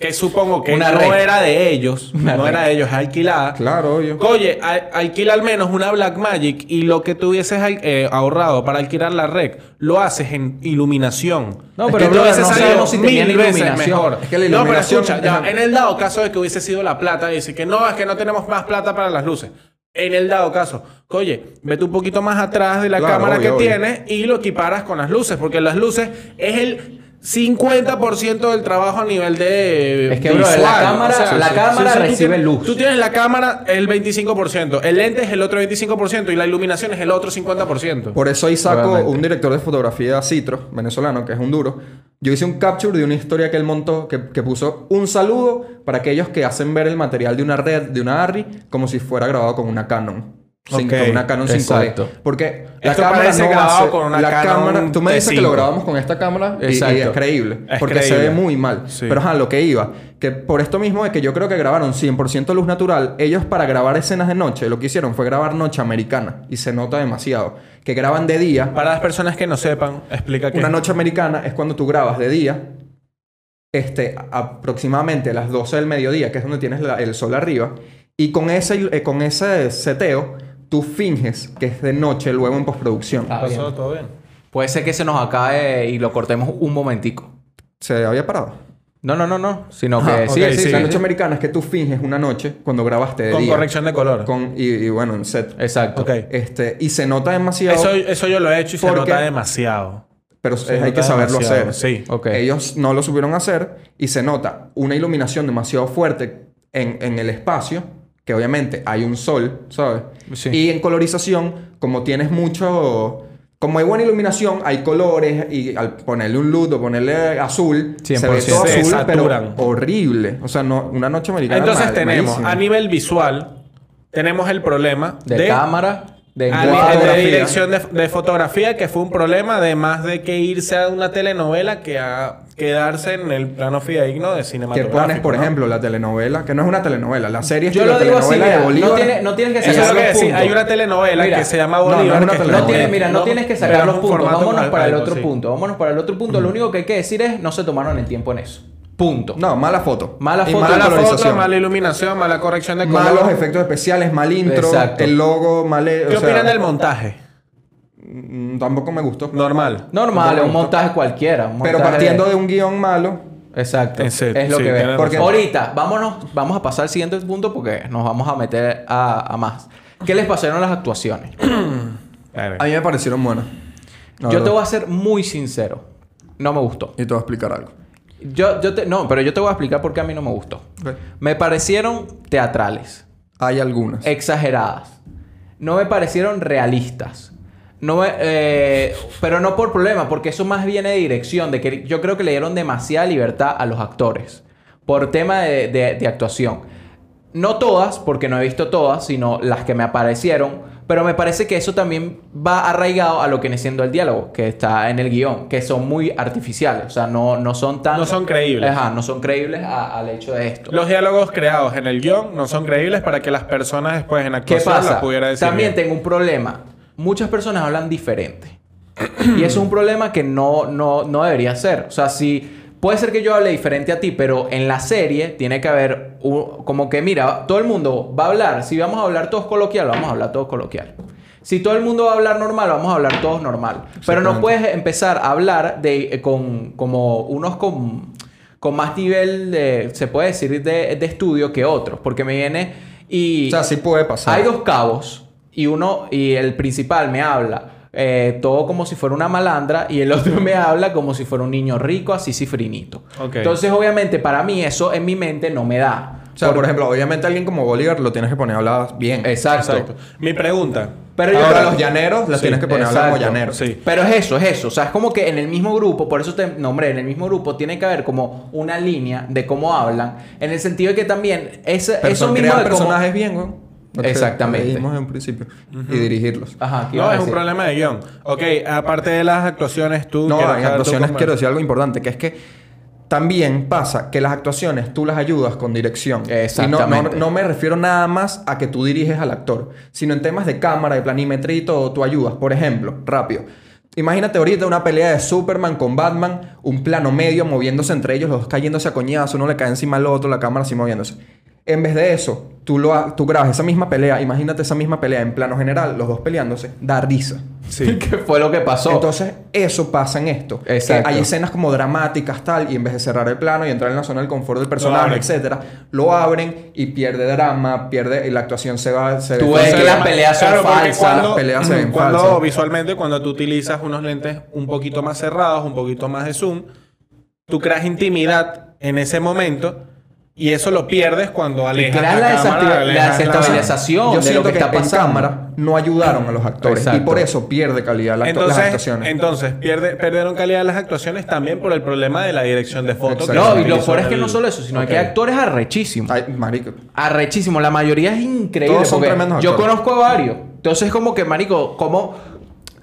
S3: que supongo que
S1: Una
S3: no
S1: rec.
S3: era de ellos, no era de ellos, es alquilada.
S2: Claro, obvio.
S3: Oye, al- alquila al menos una Blackmagic y lo que tuvieses al- eh, ahorrado para alquilar la rec, lo haces en iluminación.
S1: No,
S3: Es
S1: pero
S3: que
S1: brother,
S3: hubiese
S1: no
S3: salido
S1: sabemos si tenían iluminación.
S2: Es que la
S3: no, pero
S2: iluminación-
S3: escucha, ya,
S2: Ajá.
S3: en el dado caso de que hubiese sido la plata, dice que no, es que no tenemos más plata para las luces. En el dado caso, oye, vete un poquito más atrás de la
S2: Claro,
S3: cámara
S2: obvio,
S3: que
S2: obvio.
S3: tienes y lo equiparas con las luces, porque las luces es el 50% del trabajo a nivel de. eh,
S1: Es que, brother, la cámara- la cámara
S3: tú
S1: recibe
S3: tienes-
S1: luz.
S3: Tú tienes la cámara el 25%, el lente es el otro 25% y la iluminación es el otro 50%.
S2: Por eso ahí saco
S1: Obviamente.
S2: un director de fotografía, Citro, venezolano, que es un duro. Yo hice un capture de una historia que él montó, que, que puso un saludo para aquellos que hacen ver el material de una red, de una ARRI, como si fuera grabado con una Canon. Sin,
S3: Ok,
S2: Con una Canon 5D.
S1: exacto.
S2: Porque
S3: Esto parece grabado con una
S2: la
S3: Canon
S2: cámara- Tú me dices que lo
S3: T5.
S2: grabamos con esta cámara y- y, es
S1: Exacto.
S2: creíble.
S3: Es
S2: porque se
S3: creíble.
S2: ve muy mal.
S3: Sí.
S2: Pero ajá, lo que iba. Que por esto mismo es que yo creo que grabaron 100% luz natural. Ellos para grabar escenas de noche, lo que hicieron fue grabar noche americana. Y se nota demasiado. Que graban de día.
S3: Para las personas que no sepan, explica que
S2: Una noche americana es cuando tú grabas de día. Este, a- aproximadamente a las 12 del mediodía, que es donde tienes la- el sol arriba. Y con ese, il- eh, con ese seteo, tú finges que es de noche luego en postproducción.
S1: Ah, bien.
S3: pasó todo bien.
S1: Puede ser que se nos acabe y lo cortemos un momentico.
S2: Se había parado.
S1: No, no, no, no. Sino
S2: Ajá,
S1: que...
S3: Ah,
S2: ok,
S1: sí, sí,
S2: sí,
S1: sí,
S2: La
S1: sí.
S2: noche americana es que tú finges una noche cuando grabaste de
S3: Con
S2: día.
S3: corrección de color.
S2: Con- y, y bueno, en set.
S1: Exacto.
S3: Ok.
S2: Este, y se nota demasiado,
S3: Eso, eso yo lo he hecho y se
S2: Porque-
S3: nota demasiado.
S2: pero
S3: se
S2: hay
S3: nota
S2: que saberlo
S3: demasiado,
S2: hacer.
S3: sí.
S1: Ok.
S2: Ellos no lo supieron hacer y se nota una iluminación demasiado fuerte en, en el espacio, que obviamente hay un sol, ¿sabes?
S1: Sí.
S2: Y en colorización, como tienes mucho... Como hay buena iluminación, hay colores y al ponerle un luz o ponerle azul, se ve
S1: 100%.
S2: todo
S3: Se
S2: azul,
S3: saturan.
S2: pero horrible. O sea, no, una noche americana
S3: Entonces
S2: mal-
S3: tenemos,
S2: malísima.
S3: a nivel visual, tenemos el problema
S1: De, cámara, de
S3: a
S2: de
S3: nivel Ah, de
S2: fotografía.
S3: dirección de, de fotografía, que fue un problema de más de que irse a una telenovela que a quedarse en el plano fidedigno de
S2: Que
S3: cinematográfico.
S2: pones, por
S3: ¿no?
S2: ejemplo, la telenovela, que no es una telenovela, la serie es
S1: Yo
S2: la
S1: lo digo así,
S2: telenovela
S1: mira,
S2: de
S1: no
S2: Bolívar.
S1: tiene- no tienes que
S3: Eso es
S1: sacar
S3: lo que
S1: los
S3: decía.
S1: puntos.
S3: Hay una telenovela
S1: Mira,
S3: que se llama
S2: no, no es
S3: Bolívar.
S2: una
S3: que
S2: telenovela.
S1: No tienes, mira, no, tienes que sacar los puntos. Vámonos para el otro
S3: punto.
S1: punto. Vámonos para el otro punto. Lo único que hay que decir es no se tomaron el tiempo en eso. Punto.
S2: No, mala foto.
S1: Mala
S2: Y
S1: foto,
S2: mala,
S1: mala
S3: Mala foto,
S2: colorización.
S3: mala iluminación, mala corrección de color.
S2: Malos efectos especiales, mal intro,
S1: Exacto.
S2: el logo, mal...
S3: ¿Qué opinan del montaje?
S2: montaje? Tampoco me gustó.
S3: Normal.
S1: Normal, es un
S2: Tampoco.
S1: montaje cualquiera. un
S2: Pero
S1: montaje
S2: partiendo
S1: de-
S2: de un guión malo,
S1: Exacto.
S3: En serio,
S1: es lo
S3: sí,
S1: que ve.
S3: tienes
S1: Porque
S2: razón.
S1: ahorita, vámonos, vamos a pasar al siguiente punto porque nos vamos a meter a, a más. ¿Qué les pasaron las actuaciones?
S2: a mí me parecieron buenas.
S1: Yo
S2: La
S1: te
S2: verdad.
S1: voy a ser muy sincero. No me gustó.
S2: Y te voy a explicar algo.
S1: Yo, yo te... No, pero yo te voy a explicar por qué a mí no me gustó.
S2: Ok.
S1: Me parecieron teatrales.
S2: Hay algunas.
S1: Eh, exageradas. No me parecieron realistas. No me- eh, pero no por problema, porque eso más viene de dirección, de que yo creo que le dieron demasiada libertad a los actores por tema de, de- de actuación. No todas, porque no he visto todas, sino las que me aparecieron. Pero me parece que eso también va arraigado a lo que viene siendo el diálogo, que está en el guión, que son muy artificiales. O sea, no, no son tan.
S3: No son creíbles.
S1: Ajá, no son creíbles a- al hecho de esto.
S3: Los diálogos creados en el guión no son creíbles para que las personas después en
S1: ¿Qué
S3: actuación las
S1: pasa?
S3: pudiera decir.
S1: También
S3: bien.
S1: tengo un problema. Muchas personas hablan diferente. y eso es un problema que no, no, no debería ser. O sea, si. Puede ser que yo hable diferente a ti, pero en la serie tiene que haber un- como que, mira, todo el mundo va a hablar. Si vamos a hablar todos coloquial, vamos a hablar todos coloquial. Si todo el mundo va a hablar normal, vamos a hablar todos normal. Pero no puedes empezar a hablar de, eh, con como unos con, con más nivel, de, se puede decir, de, de estudio que otros. Porque me viene y...
S2: O sea, sí puede pasar.
S1: Hay dos cabos y uno y el principal me habla eh, todo como si fuera una malandra y el otro me habla como si fuera un niño rico así cifrinito.
S3: Ok.
S1: Entonces obviamente para mí eso en mi mente no me da.
S2: O sea, por ejemplo, obviamente alguien como Bolívar lo tienes que poner a hablar bien.
S1: Exacto.
S3: Exacto. Mi pregunta.
S1: Pero yo
S2: Ahora,
S1: creo-
S2: los llaneros los
S1: Sí,
S2: tienes que poner a hablar como
S1: exacto.
S2: llaneros.
S3: Sí.
S1: Pero es eso, es eso. O sea, es como que en el mismo grupo, por eso te nombré, en el mismo grupo tiene que haber como una línea de cómo hablan. En el sentido de que también ese,
S2: Pero
S1: eso
S2: son
S1: mismo
S2: crear
S1: de cómo-
S2: personajes bien, güey. Lo que
S1: Exactamente.
S2: dijimos en un principio. Y dirigirlos.
S1: Ajá, ¿qué ibas
S3: No,
S1: a
S3: es un
S1: decir?
S3: problema de guión. Ok, aparte de las actuaciones, tú.
S2: No,
S3: quiero
S2: en
S3: saber tu
S2: actuaciones
S3: comentario.
S2: quiero decir algo importante, que es que también pasa que las actuaciones tú las ayudas con dirección. Y no-
S1: Exactamente.
S2: no, no me refiero nada más a que tú diriges al actor, sino en temas de cámara, de planimetría y todo, tú ayudas. Por ejemplo, rápido. Imagínate ahorita una pelea de Superman con Batman, un plano medio moviéndose entre ellos, los dos cayéndose a coñazos, uno le cae encima al otro, la cámara así moviéndose. En vez de eso, tú, lo, ha- tú grabas esa misma pelea, imagínate esa misma pelea en plano general, los dos peleándose, da risa.
S3: Sí.
S1: ¿Qué fue lo que pasó?
S2: Entonces, eso pasa en esto. Que
S1: Exacto.
S2: hay escenas como dramáticas, tal, y en vez de cerrar el plano y entrar en la zona del confort del personaje,
S3: abren.
S2: etcétera, lo abren y pierde drama, pierde, y la actuación se va. Se
S1: Tú
S2: ve-
S1: ves
S2: se
S1: que
S2: ve
S1: las
S2: mal.
S1: peleas son
S3: Claro, porque
S1: falsas.
S3: cuando-
S2: las peleas se ven
S3: cuando
S2: falsas.
S3: visualmente, cuando tú utilizas unos lentes un poquito más cerrados, un poquito más de zoom, tú creas intimidad en ese momento y eso lo pierdes cuando alejas
S1: creas la
S3: la, cámara,
S1: desactiva- la
S3: alejas
S1: desestabilización de lo
S2: Yo siento
S1: que
S2: que,
S1: está
S2: en
S1: pasando.
S2: cámara no ayudaron a los actores y
S1: Exacto.
S2: por eso pierde calidad la actu- las
S3: Entonces,
S2: actuaciones.
S3: entonces pierde, perdieron calidad las actuaciones también por el problema de la dirección de foto.
S2: Exacto.
S1: No, y lo
S3: utilizó
S1: peor es que
S3: el-
S1: no solo eso, sino
S3: Ok.
S1: que hay actores arrechísimos.
S2: Ay, marico.
S1: Arrechísimos. La mayoría es increíble.
S2: Todos son
S1: porque
S2: tremendos
S1: yo
S2: actores.
S1: conozco a varios. Entonces, como que, marico, como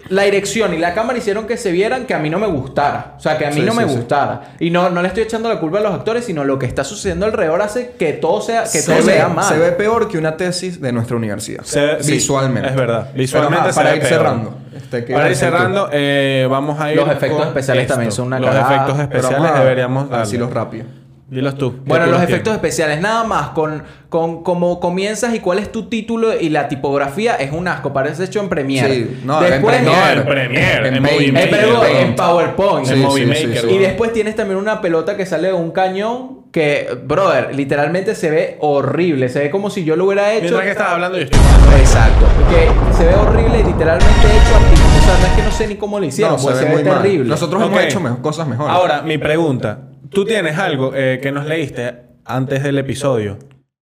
S1: la dirección y la cámara hicieron que se vieran que a mí no me gustara. O sea, que a mí
S2: Sí,
S1: no
S2: sí,
S1: me
S2: sí.
S1: gustara. Y no, no le estoy echando la culpa a los actores, sino lo que está sucediendo alrededor hace que todo sea, que
S2: se,
S1: todo
S2: ve,
S1: sea mal.
S2: se ve peor que una tesis de nuestra universidad.
S3: Se ve- sí,
S2: visualmente.
S3: es verdad.
S2: Pero,
S3: Visualmente
S2: ajá,
S3: se
S2: para
S3: ve
S2: ir
S3: peor.
S2: cerrando. este, ¿qué ibas a
S3: Para ir
S2: decir tú?
S3: cerrando, eh, vamos a ir.
S1: Los efectos
S3: con
S1: especiales también son una
S3: Los
S1: cagada,
S3: efectos
S2: Pero vamos
S3: especiales
S2: a-
S3: deberíamos
S2: a
S3: darle.
S2: decirlos rápido.
S3: Dilos tú.
S1: Bueno,
S3: que tú
S1: los
S3: tienes.
S1: efectos especiales, nada más con, con cómo comienzas y cuál es tu título y la tipografía es un asco, parece hecho en Premiere.
S2: Sí, no,
S1: Después,
S2: en Premiere.
S3: en Premiere, en
S2: Paint.
S3: Movie
S1: Eh, pero
S3: Maker,
S1: en PowerPoint.
S3: En
S2: Sí,
S3: Movie
S2: sí,
S3: Maker,
S2: sí, sí.
S1: Y
S3: weón.
S1: después tienes también una pelota que sale de un cañón que, brother, literalmente se ve horrible. Se ve como si yo lo hubiera hecho.
S3: Mientras que estabas hablando, yo estoy.
S1: Exacto. Que se ve horrible, literalmente hecho. a- O sea, no es que no sé ni cómo lo hicieron,
S2: No,
S1: pues se ve,
S2: mal.
S1: terrible.
S2: Nosotros
S3: Ok.
S2: hemos hecho mejo- cosas mejores.
S3: Ahora, mi pregunta. Tú tienes algo eh, que nos leíste antes del episodio,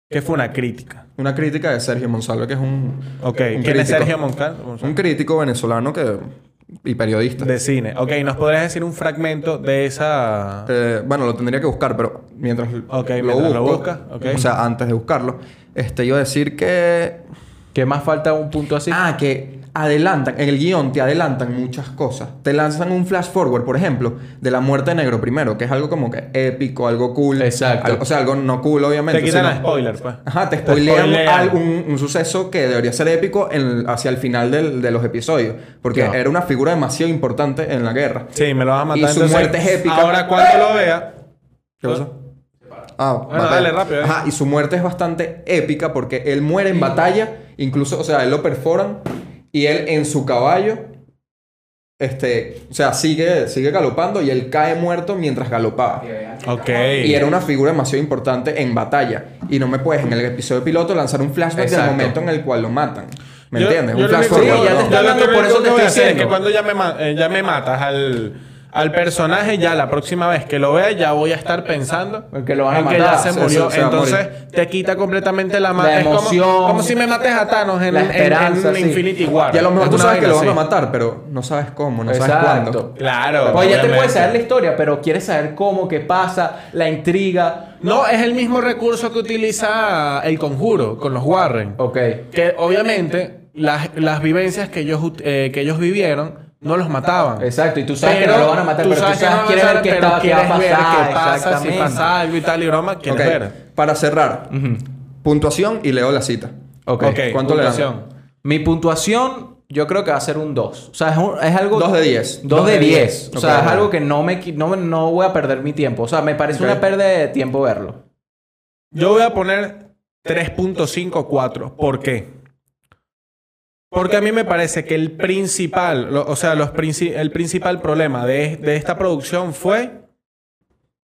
S3: que fue una crítica.
S2: Una crítica de Sergio Monsalve, que es un,
S3: Ok,
S2: un
S3: ¿quién
S2: crítico,
S3: es Sergio Moncal?
S2: Un crítico venezolano que, y periodista.
S3: De cine. Ok, ¿nos podrías decir un fragmento de esa...?
S2: Eh, bueno, lo tendría que buscar, pero mientras
S3: Ok, mientras lo buscas, ok.
S2: o sea, antes de buscarlo, este, iba a decir que
S1: Que más falta un punto así.
S2: Ah, que adelantan, en el guión te adelantan muchas cosas. Te lanzan un flash forward, por ejemplo, de la muerte de negro primero, que es algo como que épico, algo cool.
S1: Exacto.
S2: Algo- o sea, algo no cool, obviamente.
S3: Te quitan
S2: sino-
S3: el spoiler, pues.
S2: Ajá, te
S3: Te
S2: spoilean,
S3: spoilean.
S2: al- un, un suceso que debería ser épico en- hacia el final del- de los episodios. Porque
S1: Claro.
S2: era una figura demasiado importante en la guerra.
S3: Sí, me lo vas a matar.
S2: Y su muerte es épica.
S3: Ahora, cuando lo vea...
S2: ¿Qué pasa? Ah,
S3: Bueno,
S2: batalla.
S3: dale, rápido, eh.
S2: Ajá, y su muerte es bastante épica porque él muere en batalla, incluso, o sea, él lo perforan y él en su caballo, este, o sea, sigue, sigue galopando y él cae muerto mientras galopaba.
S3: Ok.
S2: Y era una figura demasiado importante en batalla. Y no me puedes en el episodio piloto lanzar un flashback
S1: Exacto.
S2: del momento en el cual lo matan. ¿Me
S3: Yo-
S2: entiendes?
S3: yo
S2: un
S3: lo
S2: flash
S3: único-
S1: forward,
S3: sí, ya
S1: ¿no?
S3: te
S2: no.
S1: Yo
S3: estoy
S1: lo
S3: hablando,
S1: único
S3: por eso
S1: que
S3: te
S1: voy
S3: voy
S1: a
S3: a hacer
S1: hacer
S3: es
S1: es
S3: que
S1: no.
S3: cuando ya me, ma- eh, ya me matas al, al personaje ya la próxima vez que lo vea ya voy a estar pensando
S1: En que lo van a
S3: en
S1: matar.
S3: ya se
S1: Sí,
S3: murió.
S2: sí, se va a
S3: Entonces
S2: morir.
S3: te quita completamente la, ma-
S1: La
S3: es como-
S1: emoción.
S3: Como, si me mates a Thanos en,
S1: La
S3: en- en
S1: esperanza, sí.
S3: Infinity War.
S2: Y a lo mejor tú
S3: Alguna
S2: sabes que lo van
S3: vaina
S2: a
S3: así.
S2: matar, pero no sabes cómo, no sabes
S1: Exacto.
S2: cuándo.
S3: Claro.
S1: Oye, Pues ya te
S3: obviamente.
S1: puedes saber la historia, pero quieres saber cómo, qué pasa, la intriga.
S4: No, es el mismo recurso que utiliza el conjuro con los Warren.
S1: Ok.
S4: Que obviamente las, las vivencias que ellos, ut- eh, que ellos vivieron no los mataban.
S1: Exacto, y tú sabes que no lo van a matar, pero tú sabes,
S4: que no lo van a
S1: quieres ver
S4: matar,
S1: qué,
S4: pero
S1: está, qué va a
S4: quieres ver
S1: pasar.
S4: qué pasa, si
S1: exactamente.
S4: pasa algo y tal y broma, quieres
S2: Ok,
S4: ver.
S2: Para cerrar, puntuación y leo la cita.
S1: Ok.
S3: Ok,
S2: ¿Cuánto le dan?
S3: puntuación.
S1: Mi puntuación, yo creo que va a ser un 2. O sea, es, un- es algo.
S2: Dos de diez.
S1: 2
S2: Dos
S1: de
S2: de
S1: 10. O
S2: diez.
S1: sea,
S2: Ok.
S1: es algo que no me qui- no, no voy a perder mi tiempo. O sea, me parece
S2: Ok.
S1: una pérdida de tiempo verlo.
S3: Yo voy a poner 3.54. ¿Por qué? Porque a mí me parece que el principal, lo- o sea, los princi- el principal problema de, de esta producción fue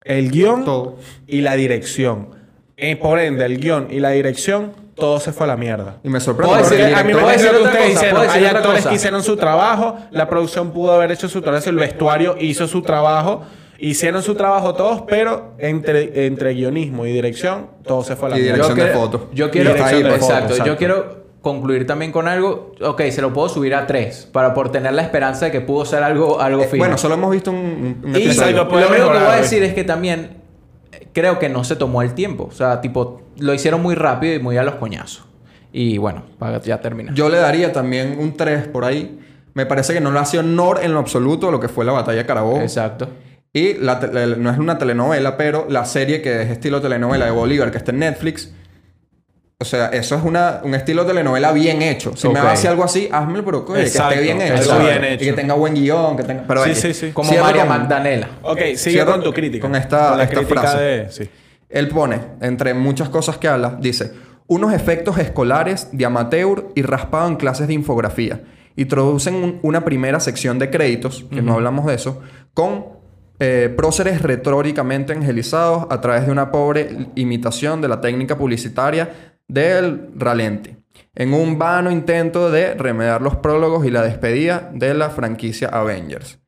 S3: el guión
S2: Todo.
S3: y la dirección. Eh, por ende, el guión y la dirección, todo se fue a la mierda.
S2: Y me sorprende.
S1: Puedo
S2: porque
S1: decir-
S2: el
S3: a mí me
S2: director-
S1: puedo
S3: parece
S1: decir
S3: lo que
S1: otra
S3: ustedes
S1: cosa,
S3: hicieron.
S1: puedo decir
S3: Hay
S1: otra
S3: actores
S1: cosa.
S3: que hicieron su trabajo, la producción pudo haber hecho su trabajo, el vestuario hizo su trabajo, hicieron su trabajo todos, pero entre, entre guionismo y dirección, todo se fue a la
S2: Y
S3: mierda.
S2: Dirección de
S1: quiero-
S2: foto.
S1: Yo quiero,
S2: Dirección de
S1: exacto,
S2: foto,
S1: Yo
S2: exacto.
S1: quiero concluir también con algo. Ok, se lo puedo subir a 3 para por tener la esperanza de que pudo ser algo, algo
S2: Eh,
S1: fino.
S2: Bueno, solo hemos visto un, un- un
S1: Y
S2: episodio.
S1: lo,
S3: lo puede
S1: único que
S3: mejorar,
S1: voy a
S3: güey.
S1: decir es que también eh, creo que no se tomó el tiempo. O sea, tipo, lo hicieron muy rápido y muy a los coñazos. Y bueno, para ya terminar.
S2: Yo le daría también un 3 por ahí. Me parece que no le hace honor en lo absoluto a lo que fue la batalla de Carabobo.
S1: Exacto.
S2: Y la te- la- no es una telenovela, pero la serie que es estilo telenovela de Bolívar, que está en Netflix. O sea, eso es una, un estilo telenovela bien hecho. Si
S1: Ok.
S2: me vas a hacer algo así, házmelo, pero coño,
S3: Exacto,
S2: que esté bien hecho.
S3: algo
S2: ¿sabes?
S3: bien hecho.
S2: Y que tenga buen guión, que tenga... Pero
S3: Sí,
S2: X.
S3: sí, sí.
S1: Como
S2: Cierro
S1: María
S2: con-
S1: Magdalena.
S3: Ok, sigue
S2: Cierro
S3: con tu crítica.
S2: con esta-
S3: la
S2: esta
S3: crítica
S2: frase.
S3: de- sí.
S2: Él pone, entre muchas cosas que habla, dice, unos efectos escolares de amateur y raspado en clases de infografía. Introducen un- una primera sección de créditos, que no hablamos de eso, con eh, próceres retóricamente angelizados a través de una pobre imitación de la técnica publicitaria del ralenti. En un vano intento de remediar los prólogos y la despedida de la franquicia Avengers.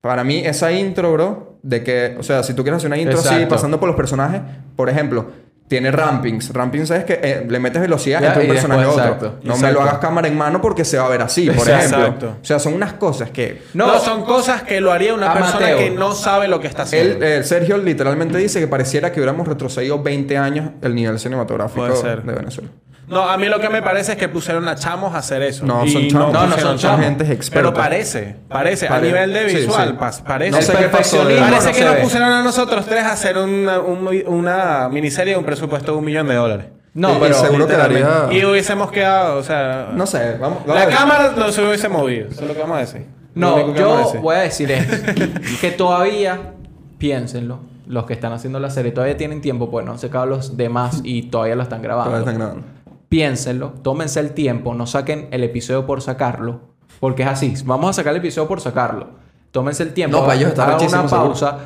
S2: Para mí, esa intro, bro, de que, o sea, si tú quieres hacer una intro así,
S1: Exacto.
S2: pasando por los personajes, por ejemplo, tiene rampings. Rampings es que eh, le metes velocidad
S1: Ya,
S2: entre un
S1: y
S2: personaje a
S1: después,
S2: otro.
S1: exacto.
S2: No me
S3: Exacto.
S2: lo hagas cámara en mano porque se va a ver así, por
S3: Exacto.
S2: ejemplo. O sea, son unas cosas que.
S3: No,
S1: No,
S3: son cosas que lo haría una
S1: a
S3: persona
S1: Mateo.
S3: que no sabe lo que está haciendo.
S2: Él, eh, Sergio literalmente dice que pareciera que hubiéramos retrocedido 20 años el nivel cinematográfico
S3: Puede ser.
S2: de Venezuela.
S3: No, a mí lo que me parece es que pusieron a chamos a hacer eso.
S2: No,
S3: Y
S2: son chamos.
S1: No, no, son
S3: pusieron
S1: chamos.
S2: Gente experta.
S3: Pero parece, parece. A
S2: Pare-
S3: nivel de
S2: sí,
S3: visual,
S2: sí.
S3: pas- parece.
S2: No sé qué pasó. de-
S1: Perfeccionismo,
S3: Parece
S2: no
S3: que
S2: se
S3: nos
S2: ve.
S3: pusieron a nosotros tres a hacer una, un- una miniserie de un presupuesto de un millón de dólares.
S1: No,
S2: Y- y
S1: pero.
S2: seguro
S3: Literalmente.
S2: quedaría-
S3: Y hubiésemos quedado, o sea...
S2: No sé, vamos. vamos a
S3: la
S2: ver.
S3: cámara no se hubiese movido. Eso es lo que vamos a decir. Lo único
S1: No,
S3: que vamos a
S1: yo
S3: decir.
S1: voy a decir esto. que todavía, piénsenlo, los que están haciendo la serie todavía tienen tiempo, pues no han sacado los demás y todavía lo están grabando.
S2: Todavía están grabando.
S1: Piénsenlo, tómense el tiempo, no saquen el episodio por sacarlo, porque es así. Vamos a sacar el episodio por sacarlo. Tómense el tiempo,
S2: No, para ellos está
S1: hagan
S2: rechísimo,
S1: una
S2: seguro.
S1: pausa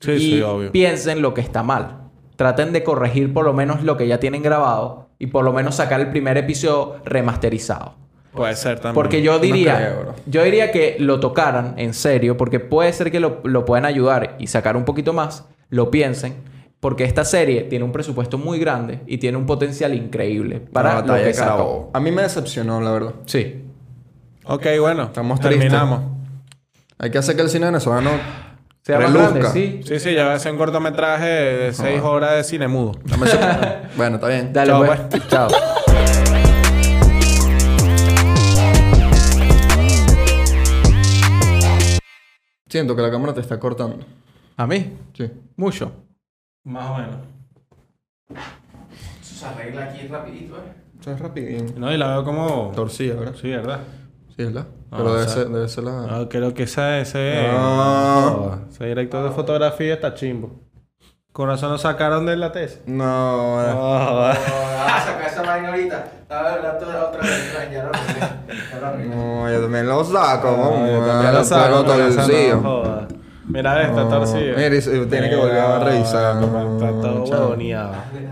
S3: Sí,
S1: y
S3: sí, obvio.
S1: piensen lo que está mal. Traten de corregir por lo menos lo que ya tienen grabado y por lo menos sacar el primer episodio remasterizado.
S3: Puede ser también.
S1: Porque yo diría,
S2: creo, bro.
S1: yo diría que lo tocaran en serio, porque puede ser que lo, lo puedan ayudar y sacar un poquito más, lo piensen, porque esta serie tiene un presupuesto muy grande y tiene un potencial increíble
S2: La
S1: para lo
S2: batalla
S1: que
S2: de
S1: sacó.
S2: Carabobo. A mí me decepcionó, la verdad.
S1: Sí.
S3: Ok, bueno.
S2: Estamos tristes.
S3: Terminamos.
S2: Hay que hacer que el cine venezolano
S1: Sea más
S2: reluzca.
S1: grande, sí.
S3: Sí, sí, ya va a ser un cortometraje de 6 horas de cine mudo.
S2: Dame eso. bueno, está bien.
S1: Dale,
S3: Chao,
S1: pues. Chao.
S2: Siento que la cámara te está cortando.
S1: ¿A mí?
S2: Sí.
S1: Mucho.
S4: Más o menos.
S5: eh.
S2: Eso es rapidín.
S3: No, y la veo como...
S2: Torcida, ¿verdad? Sí,
S3: Sí, ¿verdad?
S2: ¿verdad?
S3: Ah,
S2: Pero
S3: o
S2: debe
S3: sea-
S2: ser, debe ser la...
S3: No, creo Ah, que esa, ese...
S2: No.
S3: Ese director de fotografía está chimbo. Con razón lo sacaron de la tesis.
S2: No.
S5: a sacar Ah, esa vaina ahorita. La verdad, toda otra vez. Ya lo arruiné. Ya lo arruiné.
S2: No, yo también lo saco.
S3: Ay, yo también
S2: hombre.
S3: la saco,
S2: Pero
S3: pero esa no,
S2: torcido. Ah.
S3: joda. Mira, está
S2: No.
S3: torcido.
S2: Mira, y se- tiene que volver a revisar.
S3: Está todo
S2: Chao.
S3: huevoneado.